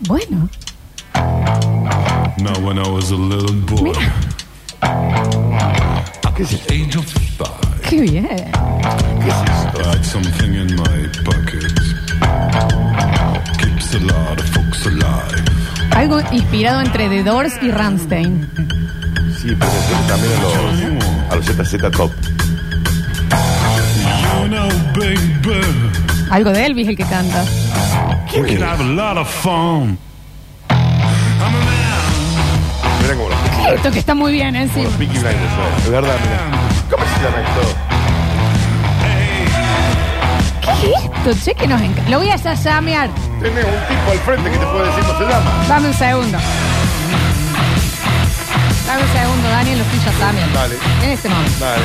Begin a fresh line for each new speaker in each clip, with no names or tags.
Bueno,
Now when I was a little boy,
Mira.
at the age of five,
qué bien.
I had something in my pocket. Keeps a lot of folks alive.
Algo inspirado entre The Doors y Rammstein.
Sí, pero eso también a los, a los ZZ Top.
You know, baby,
Algo de Elvis el que canta.
we can have a lot of fun. I'm a man,
Mira como los,
Esto que está muy bien
como los
encima.
Peaky Blinders. ¿no? De verdad, mira. ¿Cómo se llama esto?
hey,
¿Qué es esto? Che, que nos encanta. Lo voy a llamear.
Tenés un tipo al frente que te puede decir cómo se llama.
Dame un segundo. Dame un segundo, Daniel, lo estoy también.
Dale.
En este momento,
Dale,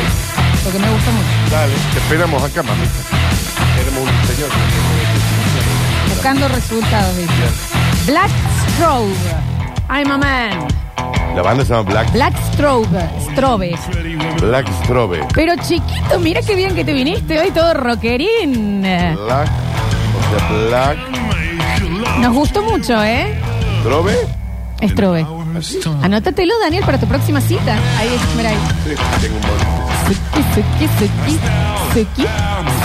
porque me gusta mucho.
dale. Te esperamos acá, mamita. Tenemos un señor.
Buscando resultados, dice. Black Strobe. I'm a man.
La banda se llama Black,
Black Strobe. Strobe.
pretty woman.
Black Strobe.
Pero chiquito, mira qué bien que te viniste hoy, todo rockerín.
Black, o sea, Black
Make a lot
Nos gustó mucho, ¿eh?
Strobe.
Strobe.
of time.
Anótatelo, Daniel, para tu próxima cita. Ahí es, mira ahí.
Sí, tengo un montón.
Suki, suki, suki, suki,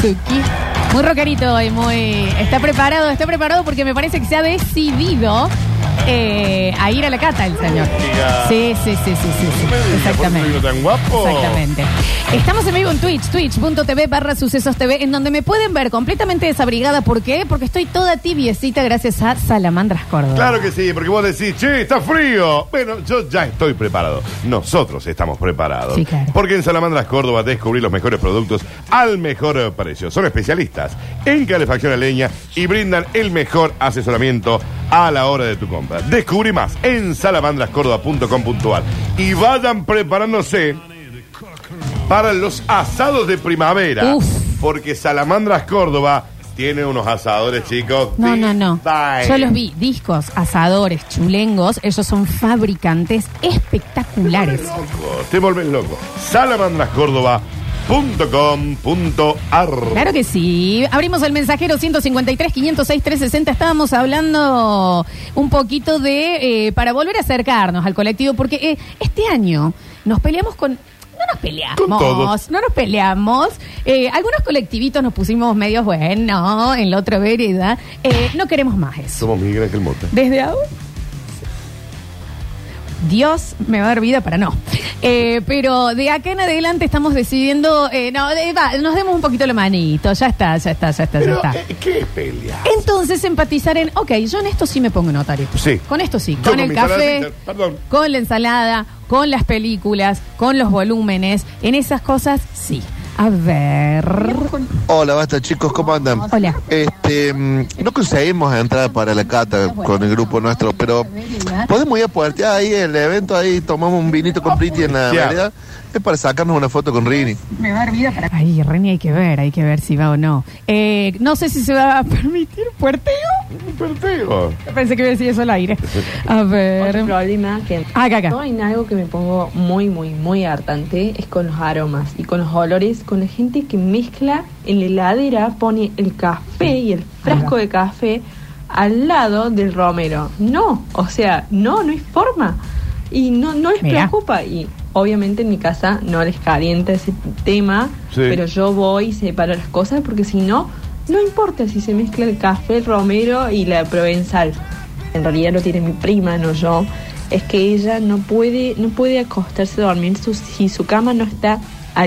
suki. Muy rockerito hoy, muy. Está preparado, está preparado porque me parece que se ha decidido eh, a ir a la cata el señor.
Diga.
Sí, sí, sí, sí, sí. sí.
Me digas, ¿por qué
Exactamente.
soy tan guapo?
Exactamente. Estamos en vivo en Twitch, twitch.tv barra sucesos TV, en donde me pueden ver completamente desabrigada. ¿Por qué? Porque estoy toda tibiecita gracias a Salamandras Córdoba.
Claro que sí, porque vos decís, che, está frío. Bueno, yo ya estoy preparado. Nosotros estamos preparados.
Sí, claro.
Porque en Salamandras Córdoba descubrí los mejores productos al mejor precio. Son especialistas en calefacción a leña y brindan el mejor asesoramiento a la hora de tu compra. Descubrí más en salamandrascórdoba.com.ar y vayan preparándose para los asados de primavera.
Uf.
Porque Salamandras Córdoba tiene unos asadores, chicos.
No, no, no.
Bye.
Yo los vi, discos, asadores, chulengos, ellos son fabricantes espectaculares.
loco, te volvés loco. Salamandrascórdoba.com.ar
Claro que sí. Abrimos el mensajero 153 506 360. Estábamos hablando un poquito de eh, para volver a acercarnos al colectivo porque eh, este año nos peleamos con no nos peleamos,
Con todos.
no nos peleamos. Eh, algunos colectivitos nos pusimos medios bueno en la otra vereda. Eh, no queremos más eso.
Somos Miguel Ángel Mota.
Desde ahora. Dios me va a dar vida para no. Eh, pero de acá en adelante estamos decidiendo. eh, no, eh, va, nos demos un poquito la manito. Ya está, ya está, ya está, ya
Pero,
está.
eh, ¿qué pelea?
Entonces empatizar en, ok, yo en esto sí me pongo notario.
Sí.
Con esto sí.
Yo
Con
con
el
mi
café,
saladita, perdón.
con la ensalada, con las películas, con los volúmenes. En esas cosas sí. A ver.
Hola, basta chicos, ¿cómo andan?
Hola.
Este, mm, no conseguimos entrar para la cata con el grupo nuestro, pero podemos ir a puertear ahí el evento, ahí tomamos un vinito con Priti en la
Ya.
realidad. Es para sacarnos una foto con Rini.
Ay, Reni, hay que ver, hay que ver si va o no. Eh, no sé si se va a permitir puerteo.
Un perteo.
Pensé que iba a decir eso al aire. A
Otro
ver. Ah,
problema que
Acá, acá.
no en algo que me pongo muy, muy, muy hartante es con los aromas y con los olores, con la gente que mezcla en la heladera, pone el café y el frasco de café al lado del romero. No, o sea, no, no hay forma. Y no, no les
Mirá.
preocupa. Y obviamente en mi casa no les calienta ese tema,
Sí.
pero yo voy y separo las cosas porque si no, no importa si se mezcla el café, el romero y la provenzal. En realidad lo tiene mi prima, no yo. Es que ella no puede, no puede acostarse a dormir su- si su cama no está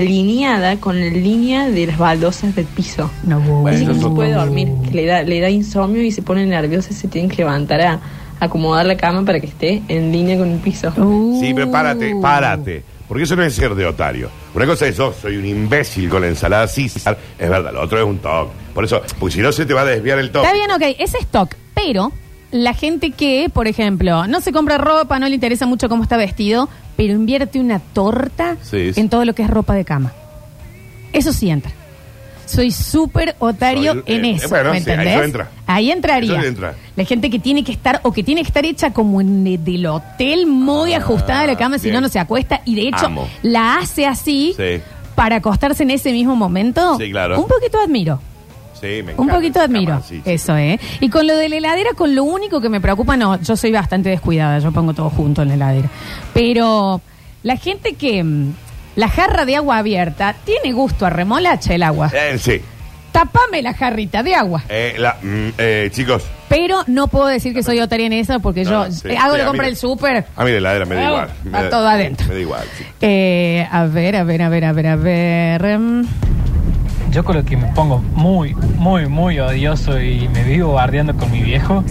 alineada con la línea de las baldosas del piso.
No,
Así que
bueno.
no puede dormir, que le da, le da insomnio y se pone nerviosa y se tienen que levantar a acomodar la cama para que esté en línea con el piso.
Uh.
Sí, pero párate, párate. Porque eso no es ser de otario. Una cosa es yo soy un imbécil con la ensalada César. Es verdad, lo otro es un toque. Por eso, porque si no se te va a desviar el toque.
Está bien, ok, es stock, pero la gente que, por ejemplo, no se compra ropa, no le interesa mucho cómo está vestido, pero invierte una torta
Sí, sí.
en todo lo que es ropa de cama. Eso sí entra. Soy súper otario
Soy,
en
eh,
eso.
bueno,
¿me
sí,
entendés?
eso entra.
Ahí entraría.
Eso entra.
La gente que tiene que estar o que tiene que estar hecha como en el del hotel, muy ajustada a la cama, si
Ah, bien.
no, no se acuesta. Y de hecho,
Amo.
la hace así
Sí.
para acostarse en ese mismo momento.
Sí, claro.
Un poquito admiro.
Sí, me encanta.
Un poquito
esa
admiro.
cámara, sí, sí.
Eso, ¿eh? Y con lo de la heladera, con lo único que me preocupa, no, yo soy bastante descuidada, yo pongo todo junto en la heladera. Pero la gente que. mm, La jarra de agua abierta tiene gusto a remolacha el agua.
Eh, sí.
Tapame la jarrita de agua.
Eh, la- mm, eh, chicos,
Pero no puedo decir que soy otaria en eso porque
No,
yo
sí,
eh, hago
sí,
la
a
compra
mí-
del súper.
a mí la heladera me da
Ah,
igual.
está
Me da-
todo adentro.
Me da igual, sí.
Eh, a ver, a ver, a ver, a ver, a ver. mm.
Yo con lo que me pongo muy, muy, muy odioso y me vivo bardeando con mi viejo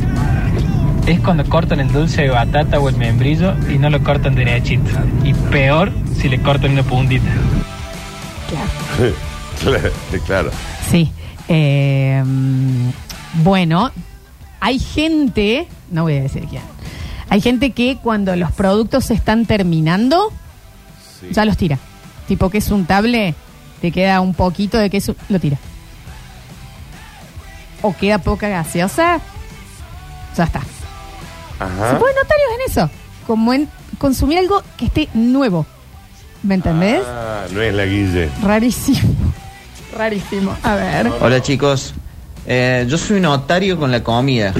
es cuando cortan el dulce de batata o el membrillo y no lo cortan derechito. Y peor si le cortan una puntita.
Claro, claro.
Sí. Eh, bueno, hay gente, no voy a decir quién, hay gente que cuando los productos se están terminando,
Sí.
ya los tira. Tipo que es un table, te queda un poquito de queso, lo tira. O queda poca gaseosa, ya está.
Ajá.
Se pueden notarios en eso, como en consumir algo que esté nuevo. ¿Me entendés?
Ah, no es la Guille.
Rarísimo. Rarísimo. A ver.
Hola chicos, Eh, yo soy un otario con la comida,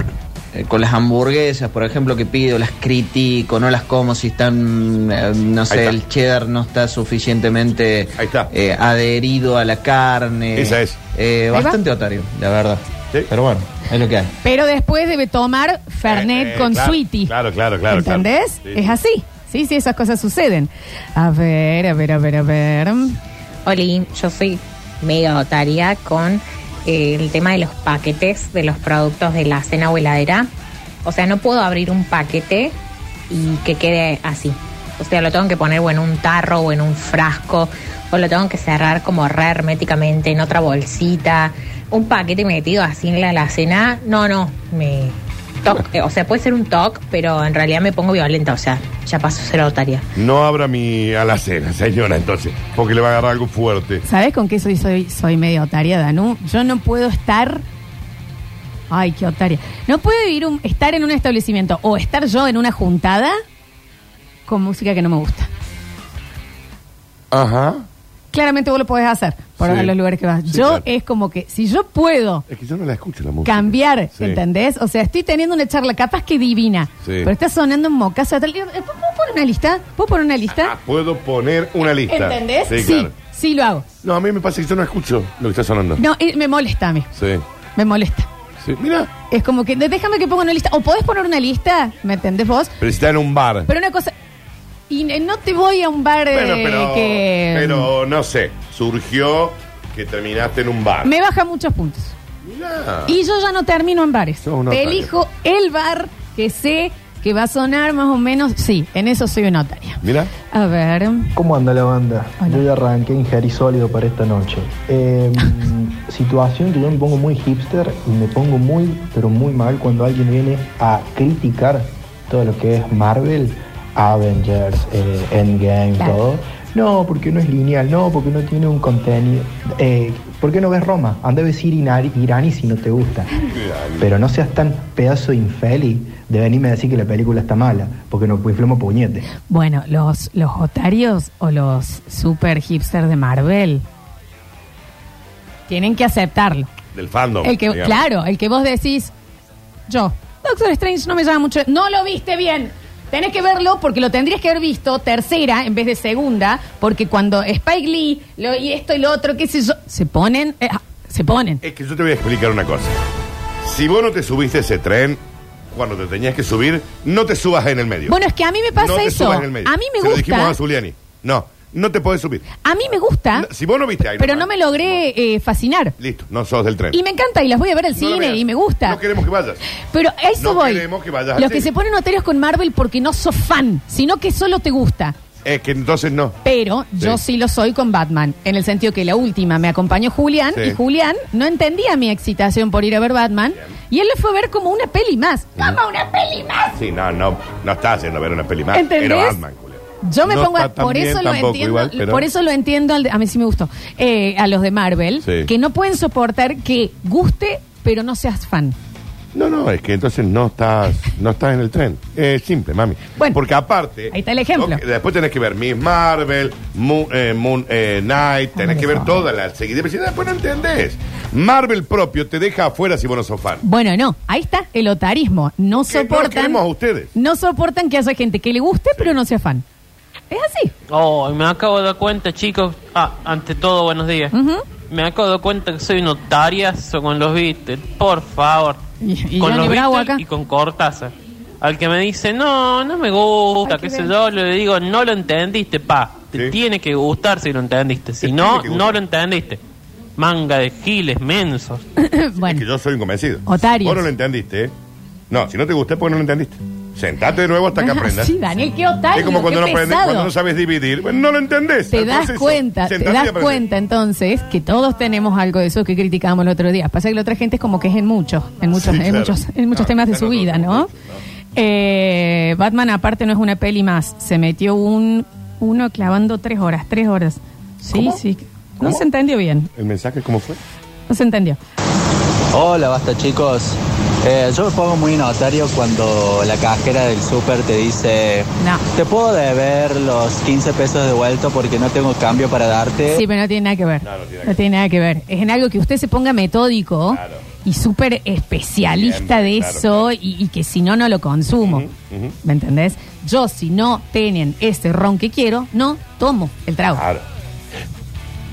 Eh, con las hamburguesas, por ejemplo, que pido, las critico, no las como si están, eh, no
Ahí
sé,
está.
el cheddar no está suficientemente
Ahí está.
eh, adherido a la carne.
Esa es.
Eh,
va.
bastante otario, la verdad.
Sí.
Pero bueno, es lo que hay.
Pero después debe tomar Fernet
Eh, eh,
con
claro,
Sweetie.
claro, claro, claro,
¿Entendés?
claro. Sí.
Es así. Sí, sí, esas cosas suceden. A ver, a ver, a ver, a ver.
Oli, yo soy mega otaria con eh, el tema de los paquetes de los productos de la cena o heladera. O sea, no puedo abrir un paquete y que quede así. O sea, lo tengo que poner o en un tarro o en un frasco, o lo tengo que cerrar como re herméticamente en otra bolsita. Un paquete metido así en la alacena, no, no, me... toc. Eh, o sea, puede ser un toc, pero en realidad me pongo violenta, o sea, ya paso a ser otaria.
No abra mi alacena, señora, entonces, porque le va a agarrar algo fuerte.
¿Sabes con qué soy, soy? Soy medio otaria, Danú. Yo no puedo estar. Ay, qué otaria. No puedo vivir un- estar en un establecimiento o estar yo en una juntada con música que no me gusta.
Ajá.
Claramente vos lo podés hacer por
Sí.
los lugares que vas.
Sí,
yo
claro.
es como que, si yo puedo
Es que yo no la escucho la música.
cambiar,
Sí.
¿entendés? O sea, estoy teniendo una charla capaz que divina,
Sí.
pero está sonando un mocazo de tal. eh, ¿Puedo poner una lista? ¿Puedo poner una lista?
Ah, puedo poner una lista.
¿Entendés?
Sí,
sí,
claro.
sí lo hago.
No, a mí me pasa que yo no escucho lo que está sonando.
No, eh, me molesta a mí,
Sí.
me molesta.
sí. Mira,
Es como que, déjame que ponga una lista, o podés poner una lista, ¿me entendés vos?
pero si está en un bar.
Pero una cosa, y eh, no te voy a un bar eh,
Bueno, pero,
que
pero no sé, surgió que terminaste en un bar.
me baja muchos puntos.
Mirá.
Y yo ya no termino en bares.
Sos un
Te
otario.
elijo el bar que sé que va a sonar más o menos, sí, en eso soy una otaria.
Mira.
A ver,
¿Cómo anda la banda?
Hola.
Yo ya arranqué a ingerir sólido para esta noche. Eh, situación que yo me pongo muy hipster y me pongo muy, pero muy mal cuando alguien viene a criticar todo lo que es Marvel, Avengers, eh, Endgame,
Claro.
todo. No, porque no es lineal, no, porque no tiene un contenido. Eh, ¿Por qué no ves Roma? Anda a decir Inari- Irani si no te gusta. Pero no seas tan pedazo infeliz de venirme a decir que la película está mala, porque no pues, inflamos puñetes.
bueno, los, los otarios o los super hipsters de Marvel tienen que aceptarlo.
Del fandom.
el que,
Oh, digamos.
claro, el que vos decís, yo, Doctor Strange no me llama mucho, no lo viste bien. Tenés que verlo porque lo tendrías que haber visto tercera en vez de segunda, porque cuando Spike Lee lo- y esto y lo otro, qué sé yo, se ponen, eh, ah, se ponen.
Es que yo te voy a explicar una cosa. Si vos no te subiste a ese tren cuando te tenías que subir, no te subas en el medio.
Bueno, es que a mí me pasa
no te
eso.
subas en el medio.
A mí me
Se Lo dijimos
gusta.
a Zuliani. No, no te podés subir.
A mí me gusta,
No, si vos no viste Iron
¿Ah? pero
Man,
no me logré eh, fascinar.
Listo, no sos del tren.
Y me encanta y las voy a ver al
No lo
cine
veas.
y me gusta.
No queremos que vayas.
Pero a eso
No
voy.
queremos que vayas al
Los que
cine.
se ponen notarios con Marvel porque no sos fan, sino que solo te gusta.
Es que entonces no.
Pero yo sí lo soy con Batman, en el sentido que la última me acompañó Julián
Sí.
y Julián no entendía mi excitación por ir a ver Batman y él lo fue a ver como una peli más.
Mm.
¡Vamos, una peli más!
Sí, no, no, no estás haciendo ver una peli más.
¿Entendés?
Ah, Era Batman, Julián.
Yo me
No
pongo a,
está tan
por
bien
eso lo
tampoco,
entiendo,
igual, pero-
por eso lo entiendo al de- a mí sí me gustó eh, a los de Marvel
Sí.
que no pueden soportar que guste pero no seas fan.
No, no, es que entonces no estás, no estás en el tren. Es simple, mami.
Bueno.
Porque aparte.
Ahí está el ejemplo.
Ok, después tenés que ver Miss Marvel, Moon, eh, Moon, eh, Knight, tenés que ver toda la seguida. Pero si después no entendés. Marvel propio te deja afuera si vos no sos fan.
Bueno, no, ahí está el otarismo. No
Que no
soportan.
queremos a ustedes.
no soportan que haya gente que le guste, pero no sea fan. Es así.
Oh, me acabo de dar cuenta, chicos. Ah, ante todo, buenos días.
Ujú.
Me acabo de dar cuenta que soy notariazo con los Beatles, por favor.
Y- y
con
Johnny
los
Bravo
Beatles
acá.
y con Cortázar. Al que me dice, no, no me gusta,
Ay, qué
qué sé
bien.
yo, le digo, no lo entendiste, pa. Te
Sí.
tiene que gustar si lo entendiste.
Te
Si
tiene
no,
que
no
gustar.
lo entendiste. Manga de giles, mensos.
Es que
bueno,
yo soy un convencido.
Otarios.
Vos no lo entendiste, ¿eh? No, si no te gusta, pues no lo entendiste. Sentate de nuevo hasta que aprendas.
sí, Daniel, qué otario.
es como cuando no,
qué
aprendes,
pesado.
cuando no sabes dividir. Bueno, no lo entendés.
Te
El
das
proceso.
cuenta, te
Sentate y
das
aprendés.
cuenta entonces que todos tenemos algo de eso que criticábamos el otro día. Pasa que la otra gente es como que es en muchos, en muchos, en
Sí, claro. Ah,
muchos, en muchos
No,
temas de
está
su
en otro
vida, ¿no?
contexto,
Eh, Batman aparte no es una peli más, se metió un uno clavando tres horas, tres horas. Sí,
¿Cómo?
sí. No
¿Cómo?
se entendió bien,
¿El mensaje cómo fue?
no se entendió.
Hola, basta chicos. Eh, yo me pongo muy notario cuando la cajera del súper te dice,
No.
te puedo deber los 15 pesos de vuelto porque no tengo cambio para darte.
Sí, pero no tiene nada que ver. No,
No, no tiene nada que
tiene nada que ver. Es en algo que usted se ponga metódico
Claro.
y súper especialista
Bien,
de
claro,
eso
claro.
Y, y que si no, no lo consumo.
ujú.
¿Me entendés? Yo, si no tienen ese ron que quiero, no tomo el trago.
Claro.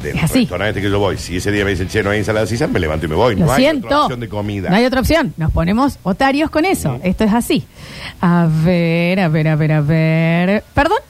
Del
Oh. Es así.
restaurante que yo voy. Si ese día me dicen, che, no hay ensalada César, me levanto y me voy.
Lo
no
siento.
hay otra opción de comida.
No hay otra opción. Nos ponemos otarios con eso. Esto es así. A ver, a ver, a ver, a ver. Perdón.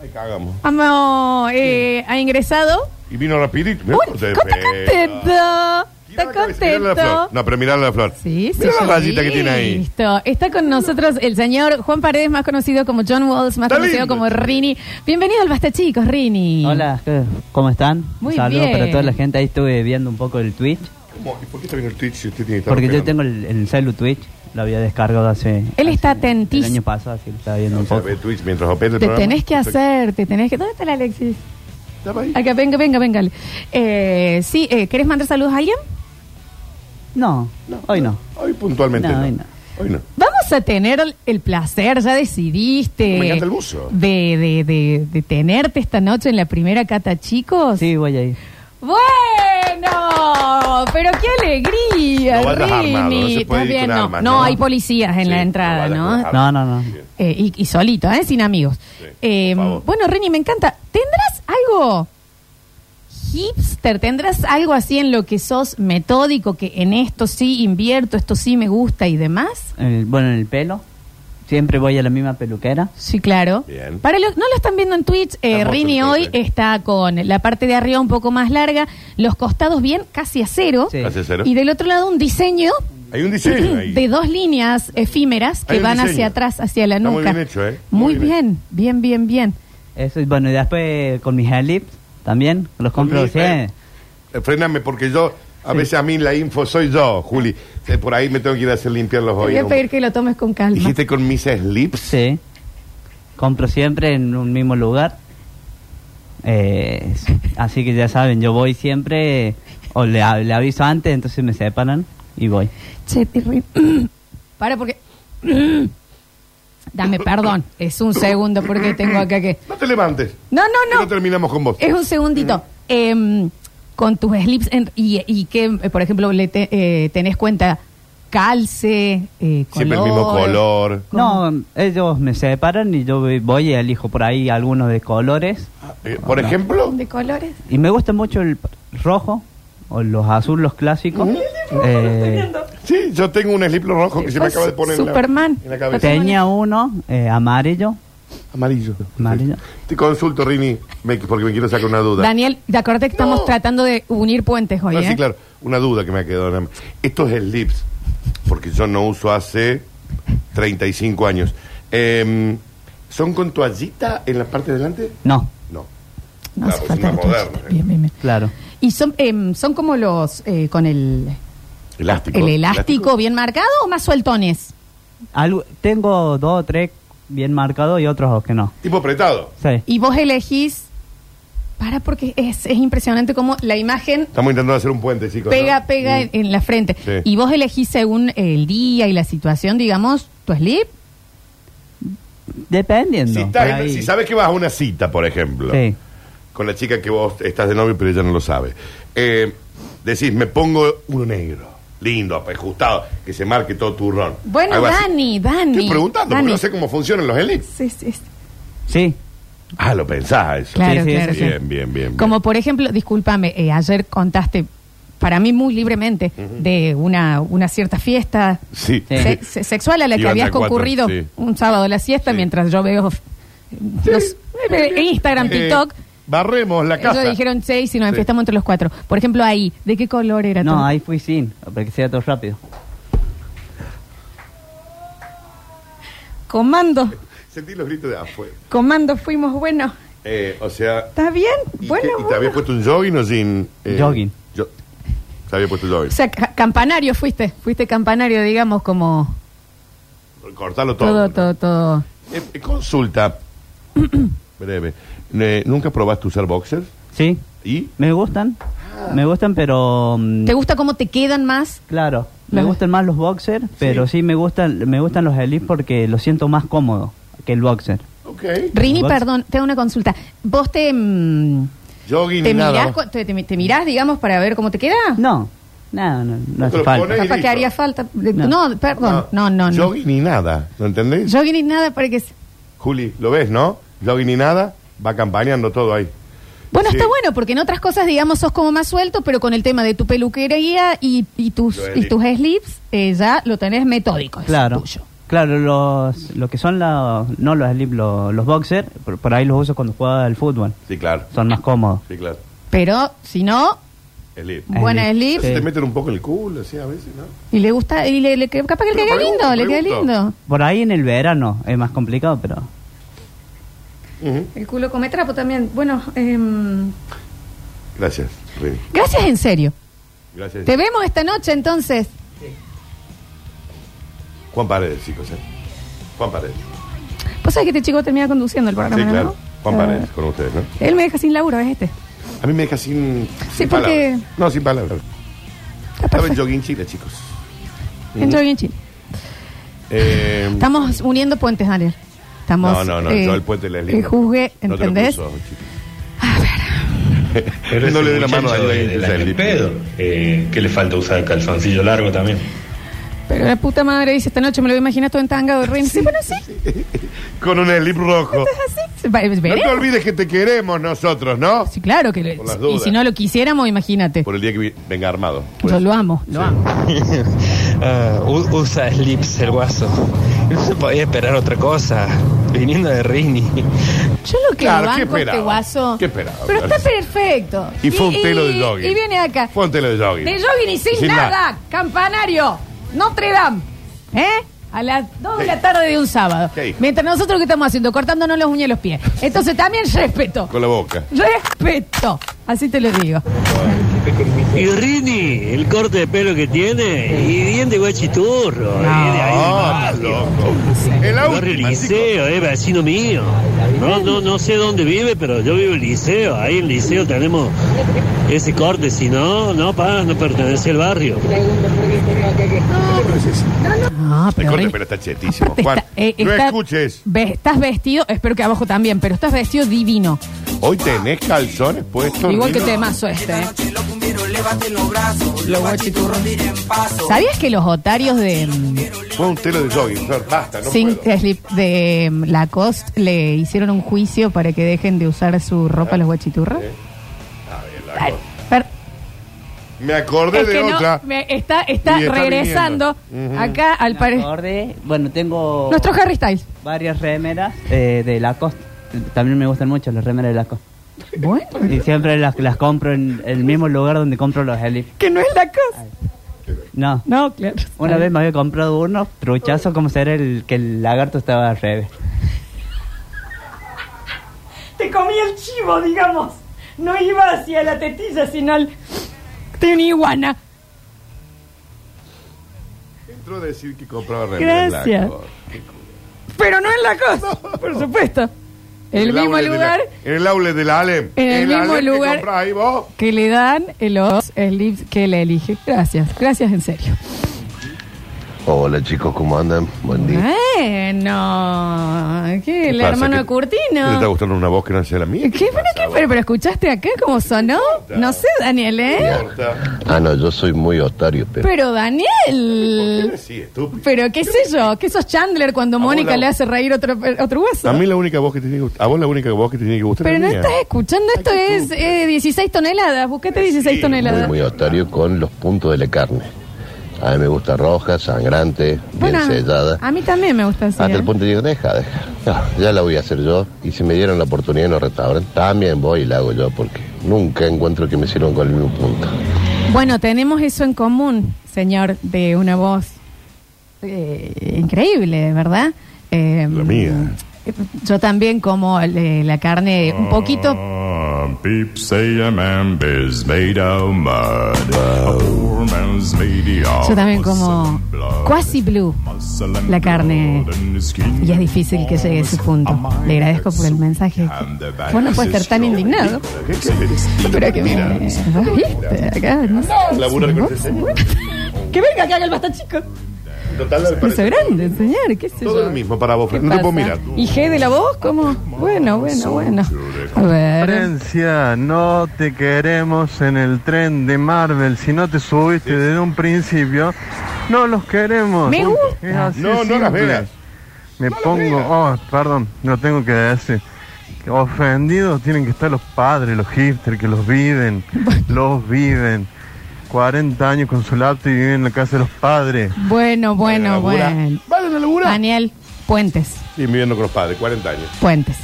Ay, cagamos.
Vamos, eh, ha ingresado.
Y vino rapidito. Mirá
Uy,
corte de
está
pelo.
contento.
Mirá
Está
la cabeza, mirá la flor.
contento.
No, pero mirá la flor.
Sí, sí.
Mirá la
sí.
rayita que tiene ahí.
Listo. Está con nosotros el señor Juan Paredes, más conocido como John Walls, más
Está
conocido
lindo.
como Rini. Bienvenido al Basta Chicos, Rini.
Hola, ¿qué- ¿cómo están?
Muy
Saludos
bien.
para toda la gente. Ahí estuve viendo un poco el Twitch,
¿Cómo? ¿Y por qué está viendo el Twitch si usted tiene que estar
porque yo
pegando?
tengo el, el celu Twitch, lo había descargado hace...
Él está
hace- El
atentísimo.
año pasado, así que lo estaba viendo
O
un
sea,
poco.
ve Twitch mientras opera el
Te
Este programa.
tenés que hacer, te tenés que... ¿Dónde está la Alexis?
Estaba ahí.
Acá, venga, venga, venga. Eh, sí, eh, ¿querés mandar saludos a alguien?
No, hoy no.
Hoy puntualmente
No,
no.
hoy no.
Hoy no.
Vamos a tener el- el placer, ya decidiste...
Me encanta el buzo.
De, de, de, de tenerte esta noche en la primera cata, chicos.
Sí, voy a ir.
Bueno, pero qué alegría,
No vayas
Rini.
armado, no se puede
¿Estás
ir
bien?
con
no,
armas,
no,
¿no?
hay policías en
Sí,
la
no
entrada,
vayas
¿no?
con armas.
No, no, no.
Bien.
Eh, y, y solito, ¿eh? Sin amigos.
Sí,
Eh,
por favor.
bueno, Rini, me encanta. ¿Tendrás algo hipster? ¿Tendrás algo así en lo que sos metódico, que en esto sí invierto, esto sí me gusta y demás?
El- bueno, en el pelo, siempre voy a la misma peluquera.
Sí, claro.
Bien.
Para los, no lo están viendo en Twitch, eh,
Hermoso
Rini
el
hoy
corte.
está con la parte de arriba un poco más larga, los costados bien, casi a cero.
Sí.
Hace cero.
Y del otro lado un diseño
Hay un diseño ahí.
de dos líneas efímeras
Hay
que
un
van
diseño.
hacia atrás, hacia la
Está muy
nuca.
bien hecho, ¿eh?
Muy
Muy bien
bien, bien, bien, bien.
Eso, y bueno, y después con mis helips también, los compro.
Mis
sí.
helips. Eh, Frename, porque yo, a veces a mí la info soy yo, Juli. Eh, Por ahí me tengo que ir a hacer limpiar los
Te voy a
oídos.
pedir que lo tomes con calma.
Dijiste con mis slips.
Sí. Compro siempre en un mismo lugar. Eh, así que ya saben, yo voy siempre, o le, a- le aviso antes, entonces me separan y voy.
Che, te re- Para porque... Dame perdón, es un segundo porque tengo acá que...
No te levantes.
No,
que
no,
No
no.
terminamos con vos.
Es un segundito. Em, con tus slips en- y, y que, eh, por ejemplo, le te- eh, tenés cuenta calce, eh,
Siempre el mismo color.
No, ellos me separan y yo voy- voy y elijo por ahí algunos de colores.
Ah,
Eh, por ejemplo,
De colores.
Y me gusta mucho el p- rojo o los azules, los clásicos. Eh,
sí, yo tengo un slip rojo que se me acaba de poner en la-
ah. Superman.
en la cabeza.
tenía uno eh, amarillo.
Amarillo.
Amarillo.
Te consulto, Rini, me- porque me quiero sacar una duda.
Daniel, te acordé que estamos tratando de unir puentes hoy,
No,
¿eh?
Ah, sí, claro. Una duda que me ha quedado. nada más. Estos slips, porque yo no uso hace 35 años, eh, ¿son con toallita en la parte de delante?
No,
No.
No
Claro,
hace
es
falta
más
la
moderno,
toallita.
eh.
Bien, bien, bien.
claro.
Y son, em, son como los eh, con el,
Elástico.
el elástico bien marcado o más sueltones.
Algo- tengo dos o tres bien marcados y otros dos que no.
Tipo apretado.
Sí.
Y vos elegís. Para, porque es, es impresionante cómo la imagen
Estamos intentando hacer un puente, chicos. ¿no?
pega, pega en, en la frente.
Mm. Sí.
Y vos elegís según el día y la situación, digamos, tu slip.
Dependiendo.
Si,
por
estás en-
ahí.
si sabes que vas a una cita, por ejemplo,
Sí.
con la chica que vos estás de novio, pero ella no lo sabe, eh, decís, me pongo uno negro, lindo, ajustado, que se marque todo turrón.
Bueno,
Algo así.
Dani, Dani.
Estoy preguntando,
Dani.
porque no sé cómo funcionan los elites.
Sí, sí, sí.
Sí.
Ah, lo pensás eso.
Claro,
Sí, sí,
claro,
sí.
claro.
Bien, bien, bien, bien.
Como por ejemplo, discúlpame, eh, ayer contaste para mí muy libremente de una, una cierta fiesta
Sí.
Sí.
se- se- sexual a la que
Iban
habías
a cuatro,
concurrido
sí.
un sábado a la siesta
Sí.
mientras yo veo no sé, eh, Instagram,
Eh,
TikTok.
barremos la casa.
Ellos dijeron seis y nos
Sí.
enfiestamos entre los cuatro. Por ejemplo, ahí, ¿de qué color era todo?
No, ahí fui sin, para que sea todo rápido.
Comando,
Sentí los gritos de afuera.
comando, fuimos buenos.
Eh, o sea.
¿Estás bien?
¿Y,
bueno,
te, y te
bueno.
había puesto un jogging o sin.
Jogging.
yo- te había puesto un
O
jogging.
sea, ca- campanario fuiste, fuiste campanario, digamos, como
Cortalo todo.
todo, todo, todo.
Eh, eh, consulta. Breve. Eh, ¿Nunca probaste usar boxers?
Sí,
¿Y?
me gustan,
Ah.
me gustan, pero... mm,
¿Te gusta cómo te quedan más?
Claro, me
Los-
gustan más los boxers, pero sí, me gustan me gustan los elites porque lo siento más cómodo que el boxer.
Ok.
Rini,
Vos-
perdón, te hago una consulta. ¿Vos te, mm,
Jogging
te,
y nada.
mirás,
más.
cu- te, te- te mirás, digamos, para ver cómo te queda?
No, no, no, no
te
hace
lo
falta.
pones?
Capaz que
listo.
haría falta. de- No,
No.
perdón. No, no, no.
Jogging y nada. ¿Lo entendés?
Jogging y nada para que... se-
Juli, ¿lo ves, no? Jogging y nada. Va campañando todo ahí.
Bueno,
Sí.
está bueno, porque en otras cosas, digamos, sos como más suelto, pero con el tema de tu peluquería y, y tus,
Lo
y tus slips, eh, ya lo tenés metódico. es
Claro,
tuyo.
claro, los, lo que son la- no los elites, lo- los boxers, por, por ahí los uso cuando jugaba al fútbol,
Sí, claro.
son más cómodos.
Sí, claro.
Pero si no,
Elite.
buena slip
Slip.
Se
Sí.
te meten un poco en el culo, así a veces, ¿no?
y le gusta, y le, le- capaz que le
Pero
queda
pregunto,
lindo, le queda
pregunto.
lindo.
Por ahí en el verano es más complicado, pero
Ujú.
El culo come trapo también. Bueno, em,
Gracias, Rini.
gracias en serio.
Gracias.
Te vemos esta noche entonces.
Juan Paredes, chicos. ¿eh? Juan Paredes.
Vos sabés que este chico termina conduciendo el programa,
Sí,
¿no?
claro. Juan
Eh,
Paredes, con ustedes, ¿no?
Él me deja sin laburo, es este.
A mí me deja sin, sin
porque-
palabras. No, sin palabras.
Está
Estaba en Mm.
perfecto.
Jogging Chile, chicos.
Entró bien chile.
Eh,
Estamos uniendo puentes, Daniel. Estamos,
no, no, no,
eh,
yo al puente le
Que juzgue, ¿entendés?
No, a ver. no le dé la mano a alguien que sea el
pedo. que le falta usar calzoncillo largo también.
Pero la puta madre dice, esta noche me lo voy a imaginar todo entangado de ruin. Sí, bueno, sí,
Con un elip rojo.
así. Va-
No te
Veremos.
olvides que te queremos nosotros, ¿no?
Sí, claro que... le-
Por las
Y
dudas.
si no lo quisiéramos, imagínate.
Por el día que vi- venga armado. pues.
Yo lo amo, lo amo.
Uh, usa slips el guaso. No se podía esperar otra cosa. Viniendo de Rini.
Yo lo que
Claro,
banco
¿qué esperaba?
este guaso.
¿Qué esperaba?
Pero está perfecto.
Y fue un telo de jogging.
Y viene acá.
Fue un telo de jogging.
De jogging y sin,
Sin
nada.
nada.
Campanario. Notre Dame. ¿Eh? A las 2 de la tarde de un sábado.
¿Qué dijo?
Mientras nosotros que estamos haciendo, cortándonos los uñas y los pies. Entonces también respeto.
Con la boca.
Respeto. Así te lo digo.
Y Rini, el corte de pelo que tiene, y bien de guachiturro. eh, de ahí del
Ah,
barrio.
loco. El
Barrio
última, chicos.
Liceo, eh, vecino mío. No, no, no sé dónde vive, pero yo vivo en Liceo. Ahí en Liceo tenemos ese corte, si no, no, pa, no pertenece al barrio.
No,
El corte,
Rini-
pero está chetísimo.
Aparte
Juan,
está- eh,
no
está-
escuches.
ve- estás vestido, espero que abajo también, pero estás vestido divino.
Hoy tenés calzones puestos.
Igual que
Nino.
temazo este. ¿eh? Los guachiturros. ¿Sabías que los otarios de mm,
Fue un telo de jogging. Flor, Basta, no
Sin
puedo. Eh,
Sleep de mm, Lacoste le hicieron un juicio para que dejen de usar su ropa los guachiturros?
A ver, la cosa.
Pero-
Me acordé
es
de
que no,
otra.
me- está, está
Y está
regresando
viniendo. Ujú.
acá al parecer.
Acorde, bueno, tengo
Nuestro Harry Styles.
varias remeras eh, de Lacoste. También me gustan mucho las remeras de Lacoste.
Bueno,
Y siempre las, las compro en el mismo lugar donde compro los elites.
que no es Lacoste.
No,
No, claro.
una vez me había comprado uno, truchazo, como ser el que el lagarto estaba al revés.
Te comí el chivo, digamos. No iba hacia la tetilla, sino al. Tenía iguana.
Entró a decir que compraba remeras
Gracias.
blancas.
Pero no en Lacoste, por supuesto. El,
En
mismo
outlet de la-
lugar
en el aula de la Alem.
En el mismo
Alem que
lugar.
compras ahí vos.
que le dan los slips que le elige. Gracias, gracias en serio.
Hola chicos, ¿cómo andan? Buen día.
Bueno, ¿qué? El
pasa?
hermano
¿Qué-
de
¿Te está
Curtino.
gustando una voz que no sea la mía?
¿Qué? ¿Pero, qué? Pero, pero escuchaste acá cómo sonó? No sé, Daniel, ¿eh?
Ah, no, yo soy muy otario, pero.
Pero Daniel.
Sí, estúpido.
Pero qué sé yo, que sos Chandler cuando Mónica
la-
le hace reír otro, otro hueso.
A mí la única voz que te tiene que gustar. A vos la única voz que te tiene que gustar.
Pero
es
no
la mía.
estás escuchando, esto es eh, 16 toneladas, buscate 16
Muy,
toneladas.
muy otario con los puntos de la carne. A mí me gusta roja, sangrante,
Bueno,
bien sellada.
a mí también me gusta así.
Hasta
¿eh?
el punto de Ah, digo, deja, deja. No, ya la voy a hacer yo. Y si me dieron la oportunidad en los restaurantes, también voy y la hago yo, porque nunca encuentro que me sirvan con el mismo punto.
Bueno, tenemos eso en común, señor, de una voz eh, increíble, ¿verdad? Eh,
La mía. Ah.
Yo también como eh, la carne un poquito.
Peeps Ah, say a man is made of mud. A poor man's made of
Yo también como quasi blue la carne. Y es difícil que llegue a ese punto. Le agradezco por el mensaje. Vos no puedes estar tan indignado. Pero que me... ¿Viste? Acá, no sé.
Laburar con este señor.
Que venga, que haga el basta chico.
Total, al
Eso
parecer,
grande, señor, qué sé
Todo
yo.
lo mismo para vos.
¿Qué
No te puedo
pasa?
mirar.
¿Y G de la voz? ¿Cómo? Bueno, bueno, bueno. A ver.
Florencia, no te queremos en el tren de Marvel. Si no te subiste desde un principio, no los queremos.
Me
Punto.
gusta.
Es así
No, no las
simple.
veas.
Me pongo, oh, perdón, no tengo que decir. Que Ofendidos tienen que estar los padres, los hipsters, que los viven, los viven. 40 años con su laptop y viven en la casa de los padres.
Bueno, bueno,
Vale la
bueno. Daniel Puentes,
Y viviendo con los padres, 40 años.
Puentes.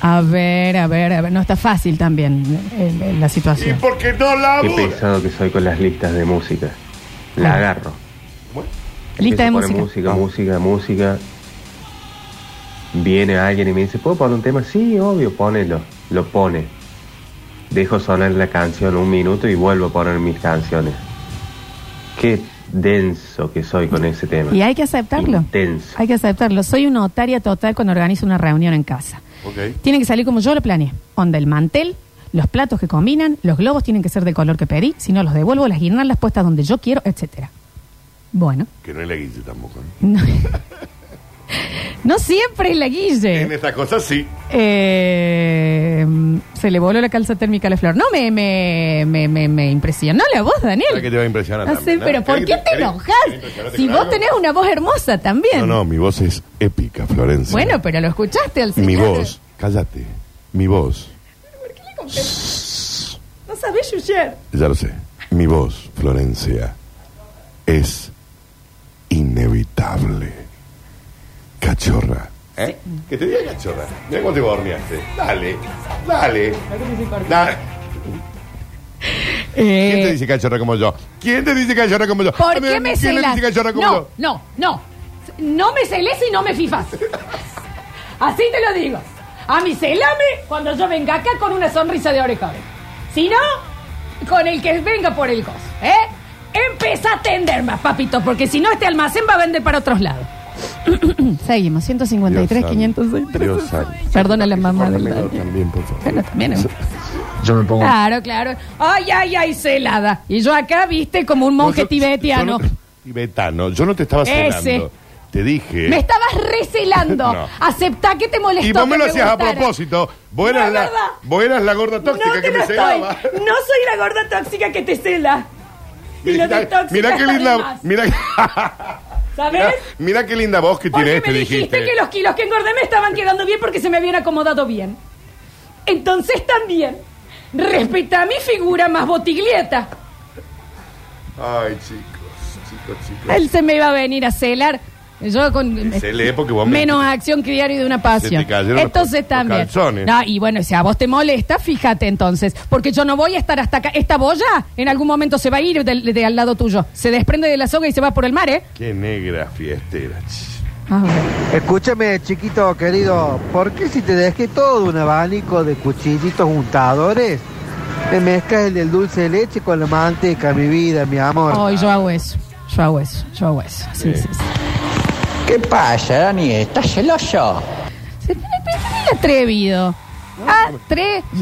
A ver, a ver, a ver. No está fácil también eh, eh, la situación.
Porque no
Qué
labura.
pesado que soy con las listas de música. La agarro.
Lista
Empiezo
de
a poner
música.
Música, música, música. Viene alguien y me dice, ¿puedo poner un tema? Sí, obvio, ponelo. Lo pone. Dejo sonar la canción un minuto y vuelvo a poner mis canciones. Qué denso que soy con ese tema.
Y hay que aceptarlo.
Intenso.
Hay que aceptarlo. Soy una otaria total cuando organizo una reunión en casa. Tiene que salir como yo lo planeé. Onda el mantel, los platos que combinan, los globos tienen que ser del color que pedí, si no los devuelvo, las guirnaldas puestas donde yo quiero, etcétera. Bueno,
Que no es la guille tampoco. ¿eh? ¿no?
no, no siempre es la
En
guille.
estas cosas sí.
Eh, se le voló la calza térmica a la flor. No, me, me, me, me, me impresionó la voz,
¿Sabes que
Daniel.
te va a impresionar
No sé,
también,
pero ¿por qué te enojas? Si vos tenés una voz hermosa también.
No, no, mi voz es épica, Florencia.
Bueno, pero lo escuchaste al señor.
Mi voz, cállate. Mi voz,
No sabés yuyar.
ya lo sé. Mi voz, Florencia, es inevitable. Cachorra. ¿Eh? Que te diga cachorra. Mira cómo te borneaste. Dale, dale. Dale.
Eh,
¿Quién te dice cachorra como yo? ¿Quién te dice cachorra como yo?
¿Por
Ah,
qué me
¿Quién
celas?
dice cachorra como
No,
yo?
no, no. No me celes y no me fifas. Así te lo digo. A mí celame cuando yo venga acá con una sonrisa de oreja a oreja. Si no, con el que venga por el coso, ¿eh? Empieza a tender más, papito, porque si no este almacén va a vender para otros lados. Seguimos, 153,
Dios
506.
santo, Dios santo.
Perdona la mamá del
Yo
Daniel.
También, por favor.
Bueno, también ¿eh? es-
Yo me pongo.
Claro, claro. Ay, ay, ay, celada. Y yo acá, viste, como un monje tibetiano.
Yo no- tibetano, yo no te estaba
Ese.
celando. Te dije.
Me estabas recelando.
No.
Aceptá que te molestó.
y vos me
que
lo hacías a
gustara.
propósito. Vos eras,
No,
la,
verdad.
vos eras la gorda tóxica
No,
que
que
me
no estoy.
cegaba.
No soy la gorda tóxica que te cela. Y lo de
Mirá,
tóxica
mirá qué
está de
linda.
más.
Mirá,
¿Sabes?
mirá, mirá qué linda voz que tiene
Porque
este,
me dijiste,
dijiste.
que los kilos que engordé me estaban quedando bien porque se me habían acomodado bien. Entonces también, respeta mi figura más botiglieta.
Ay, chicos, chicos, chicos.
Él se me iba a venir a celar. Yo con
Se lee porque vos me-
menos acción que diario de una
Se
pasión.
te cayeron los
Entonces
cal- los
también.
calzones.
No, y bueno, si a vos te molesta, fíjate entonces, porque yo no voy a estar hasta acá. Esta boya en algún momento se va a ir del- de al lado tuyo. Se desprende de la soga y se va por el mar, ¿eh? Ah,
Qué negra fiestera. ch.
Escúchame, chiquito querido, ¿por qué si te dejé todo un abanico de cuchillitos juntadores? Me mezclas el del dulce de leche con la manteca, mi vida, mi amor.
Ay, yo hago eso. Yo hago eso. Yo hago eso. Sí, sí, sí.
¿Qué pasa, Dani? ¿Estás celoso?
Se tiene- pero se tiene atrevido.
Si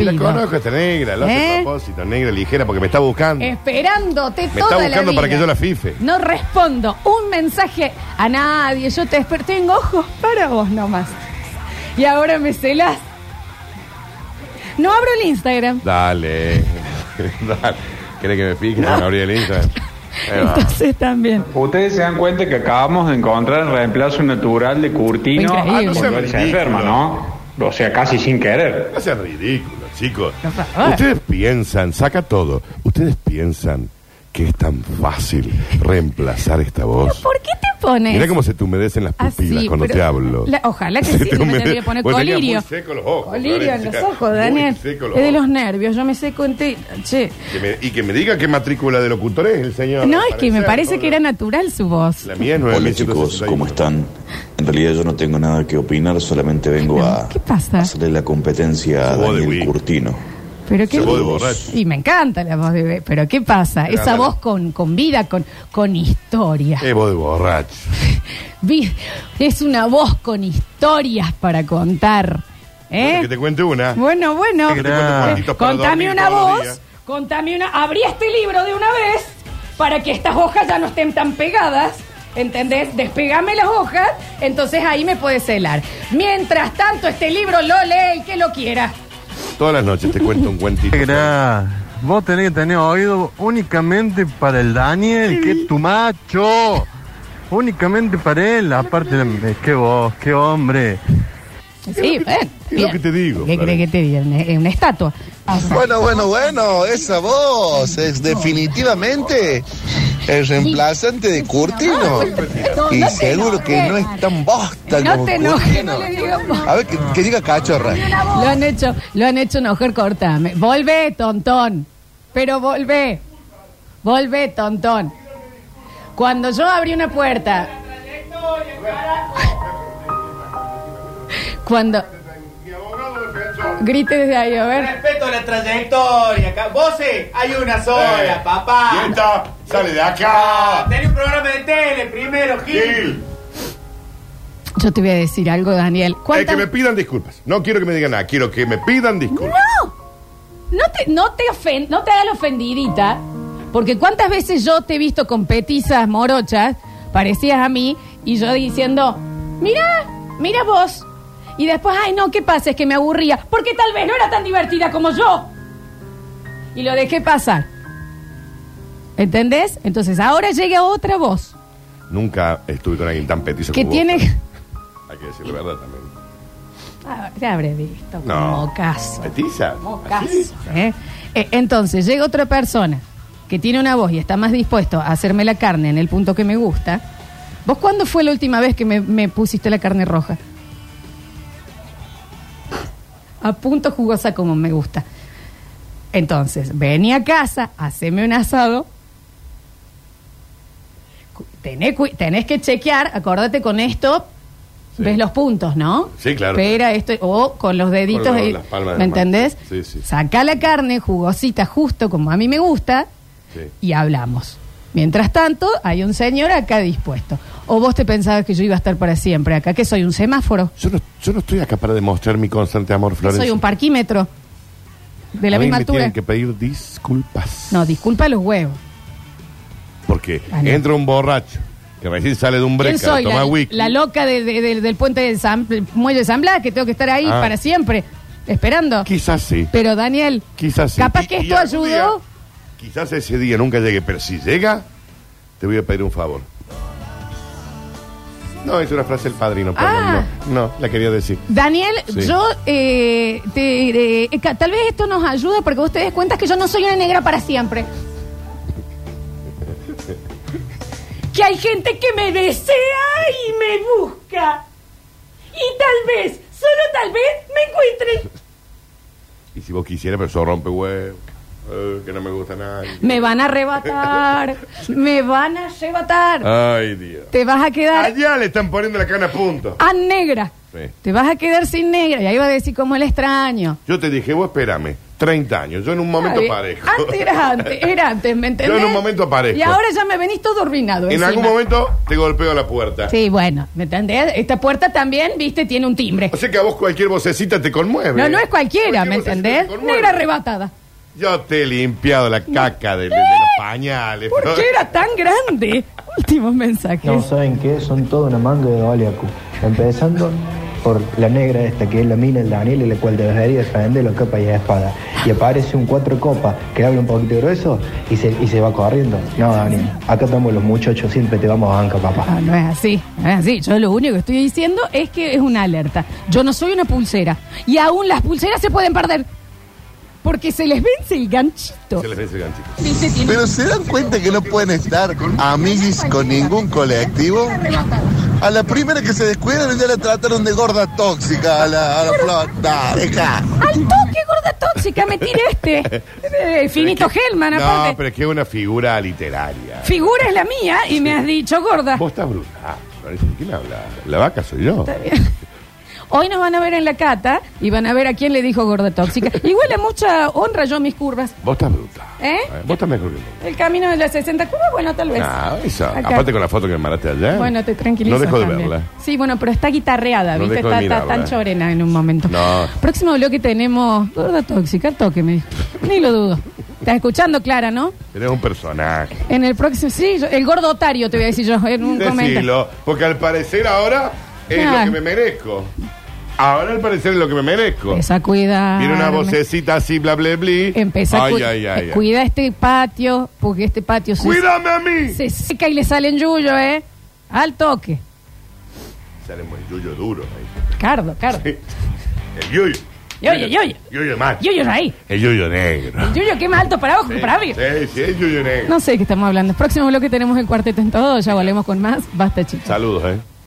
la
Atrevido.
conozco, esta negra, lo hace
¿Eh?
a propósito, negra ligera, porque me está buscando.
Esperándote
Me está
toda la
buscando
vida.
para que yo la fife.
No respondo un mensaje a nadie. Yo te desperté Tengo ojos para vos nomás. Y ahora me celas. No abro el Instagram.
Dale. Dale. ¿Querés que me pique? No. Abrí el Instagram. Ahí va. Ah,
Entonces también.
Ustedes se dan cuenta que acabamos de encontrar el reemplazo natural de Curtino
Increíble.
Ah, no
sean
cuando él se enferma, ¿no? O sea, casi sin querer.
No sean ridículos, chicos. Ustedes piensan, saca todo. Ustedes piensan que es tan fácil reemplazar esta voz.
¿Por qué te pones?
Mira cómo se te humedecen las
Así,
pupilas cuando
Ah, pero-
te hablo.
La- ojalá que
Se
sí,
te
yo me
humedece-
voy a poner
Vos tenías
colirio.
muy seco los ojos,
Colirio en los
Florencia.
ojos,
Muy
Daniel. Es
seco los
de
ojos.
los nervios, yo me seco entero. Che.
Que me- y que me diga qué matrícula de locutor es el señor.
No, es que me parece
¿no?
que era natural su voz.
La mía es nueve
Hola
mil ciento
chicos, ¿cómo están? En realidad yo no tengo nada que opinar, solamente vengo a
¿Qué pasa?
hacerle la competencia a Daniel Curtino.
Pero qué
Se voz de borracho.
Y me encanta la voz de Be- Pero qué pasa,
Pero
esa
dale.
voz con, con vida, con, con historia.
Es voz Eh, de borracho.
Vi- Es una voz con historias para contar. ¿Eh?
Que te cuente una.
Bueno, bueno. Eh,
Que te cuente cuentitos para
Contame
dormir
una
todos los
voz.
días.
Contame una. Abrí este libro de una vez para que estas hojas ya no estén tan pegadas. ¿Entendés? Despegame las hojas, entonces ahí me puedes celar. Mientras tanto, este libro lo lee el que lo quiera.
Todas las noches te cuento un cuentito.
Negra, vos tenés que tener oído únicamente para el Daniel, que es tu macho. Únicamente para él, aparte, de- qué vos, qué hombre.
Sí, ven. bien.
te digo?
¿Qué cree que te diga? Una- eh, una estatua.
Bueno, bueno, bueno, esa voz es definitivamente el reemplazante de Curtino. Y seguro que no es tan bosta
No
como
te enojes,
Curtino.
no le digas.
A ver, que, que diga cachorra.
Lo han hecho, lo han hecho enojar, cortame. Volvé, tontón. Pero volvé. Volvé, tontón. Cuando yo abrí una puerta. Cuando. Grite desde ahí, a ver.
Respeto la trayectoria, ca- vos sí, hay una sola,
Eh,
papá.
quieta, sale de acá. Eh,
Tenés un programa de tele primero, Gil.
Yo te voy a decir algo, Daniel.
Es que
¿Cuántas-
me pidan disculpas. No quiero que me digan nada, quiero que me pidan disculpas.
¡No! No te, no te ofen- no te hagas la ofendidita, porque cuántas veces yo te he visto con petizas morochas, parecías a mí, y yo diciendo, mira, mira vos. Y después, ay no, ¿qué pasa? Es que me aburría, porque tal vez no era tan divertida como yo. Y lo dejé pasar. ¿Entendés? Entonces ahora llega otra voz
Nunca estuve con alguien tan petizo
que
como vos.
tiene...
Hay que decir la verdad también.
Ah, te habré visto.
No.
Como caso.
¿Petiza?
Mocazo, ¿eh? Eh, Entonces, llega otra persona que tiene una voz y está más dispuesto a hacerme la carne en el punto que me gusta. ¿Vos cuándo fue la última vez que me, me pusiste la carne roja? A punto jugosa como me gusta. Entonces, vení a casa, haceme un asado. Cu- Tené, cui- tenés que chequear, acordate con esto, ves los puntos, ¿no?
Sí, claro.
Espera, esto, o con los deditos,
Con lo-
eh,
las palmas de
¿me
la mano.
entendés?
Sí, sí.
Saca la carne jugosita justo como a mí me gusta
Sí.
y hablamos. Mientras tanto, hay un señor acá dispuesto. O vos te pensabas que yo iba a estar para siempre acá, que soy un semáforo,
Yo no, yo no estoy acá para demostrar mi constante amor,
que
Florencia.
soy un parquímetro de la
A mí
misma
me
altura.
tienen que pedir disculpas.
No, disculpa los huevos.
Porque
Dale.
entra un borracho que recién sale de un
¿Quién
breca,
soy?
toma
La,
wiki.
la loca de- de- de- del puente de San, muelle de San Blas, que tengo que estar ahí
Ah.
para siempre, esperando.
Quizás sí.
Pero Daniel,
Quizás sí.
capaz
Y-
que
y
esto
algún día,
ayudó.
quizás ese día nunca llegue, pero si llega, te voy a pedir un favor. No, es una frase del padrino, pero
Ah.
no, no, la quería decir.
Daniel,
Sí.
yo eh, te, eh, ca- tal vez esto nos ayuda porque vos te des cuenta que yo no soy una negra para siempre. Que hay gente que me desea y me busca. Y tal vez, solo tal vez, me encuentren.
Y si vos quisieras, pero eso rompe huevo. eh, que no me gusta nadie.
Me van a arrebatar. me van a arrebatar.
Ay, Ah. Dios.
Te vas a quedar
Allá le están poniendo la cana a punto.
a negra.
Sí.
Te vas a quedar sin negra. Y ahí va a decir como el extraño.
Yo te dije, vos espérame. 30 años. Yo en un momento
Está bien.
aparezco.
Antes era antes, era antes, ¿me entendés?
Yo en un momento aparezco.
Y ahora ya me venís todo arruinado.
En
encima.
algún momento te golpeo la puerta.
Sí, bueno, ¿me entendés? Esta puerta también, viste, tiene un timbre.
O sea que a vos cualquier vocecita te conmueve.
No, no es cualquiera, ¿me entendés? Negra arrebatada.
Yo te he limpiado la caca de, de los pañales.
¿Por qué era tan grande? Últimos mensajes.
No saben qué, son toda una manga de Doliacu. Empezando por la negra esta que es la mina del Daniel y la cual debería defender los capa y la espada. Y aparece un cuatro copas que habla un poquito grueso y se, y se va corriendo. No, Daniel, acá estamos los muchachos, siempre te vamos a banca, papá.
Ah, No, no es así, no es así. Yo lo único que estoy diciendo es que es una alerta. Yo no soy una pulsera. Y aún las pulseras se pueden perder. Porque se les vence el ganchito.
Se les vence el ganchito.
Viste, tiene-
Pero se dan cuenta que no pueden estar amiguis con ningún colectivo. A la primera que se descuidaron ya la trataron de gorda tóxica a la, a la flor. Da, deja.
Al toque, gorda tóxica, me tira este. Eh, Finito Hellman,
No,
aparte.
pero es que es una figura literaria.
Figura es la mía y me has dicho gorda.
Vos estás brutal. Florencia, ¿De quién habla? La vaca soy yo.
Hoy nos van a ver en la cata y van a ver a quién le dijo gorda tóxica. Igual a mucha honra yo mis curvas.
Vos estás brutal.
¿Eh?
Eh, Vos estás mejor que yo.
El camino de las 60 curvas, bueno, tal vez.
No, Ah, eso.
Pues, Acá.
Aparte con la foto que me mandaste allá.
Bueno, te tranquilizo.
No dejo de
también.
verla.
Sí, bueno, pero está guitarreada,
No
¿viste?
dejo de
Está, está
mirarla.
tan chorena en un momento.
No.
Próximo bloque tenemos gorda tóxica, al toque, me dijo. Ni lo dudo. Estás escuchando, Clara, ¿no?
Eres un personaje.
En el próximo, sí, yo- el gordo otario te voy a decir yo en un comentario.
Decilo. Porque al parecer ahora es
Ah.
lo que me merezco. Ahora al parecer es lo que me merezco.
Esa cuida.
Tiene una vocecita así, bla, bla, bla.
Empezá
Ay,
cu-
ay, ay. ay.
Cuida este patio, porque este patio se,
¡Cuídame a mí!
se seca y le salen yuyo, ¿eh? Al toque.
Sale un yuyo duro. ahí.
Cardo, cardo.
El yuyo.
Yoyo, yoyo.
Yuyo más.
Yoyo raíz.
El yuyo negro.
El yuyo que más alto para abajo que para arriba.
Sí, sí, el yuyo negro.
No sé de qué estamos hablando. Próximo bloque tenemos el cuarteto en todo. Ya volvemos con más. Basta, chicos.
Saludos, eh.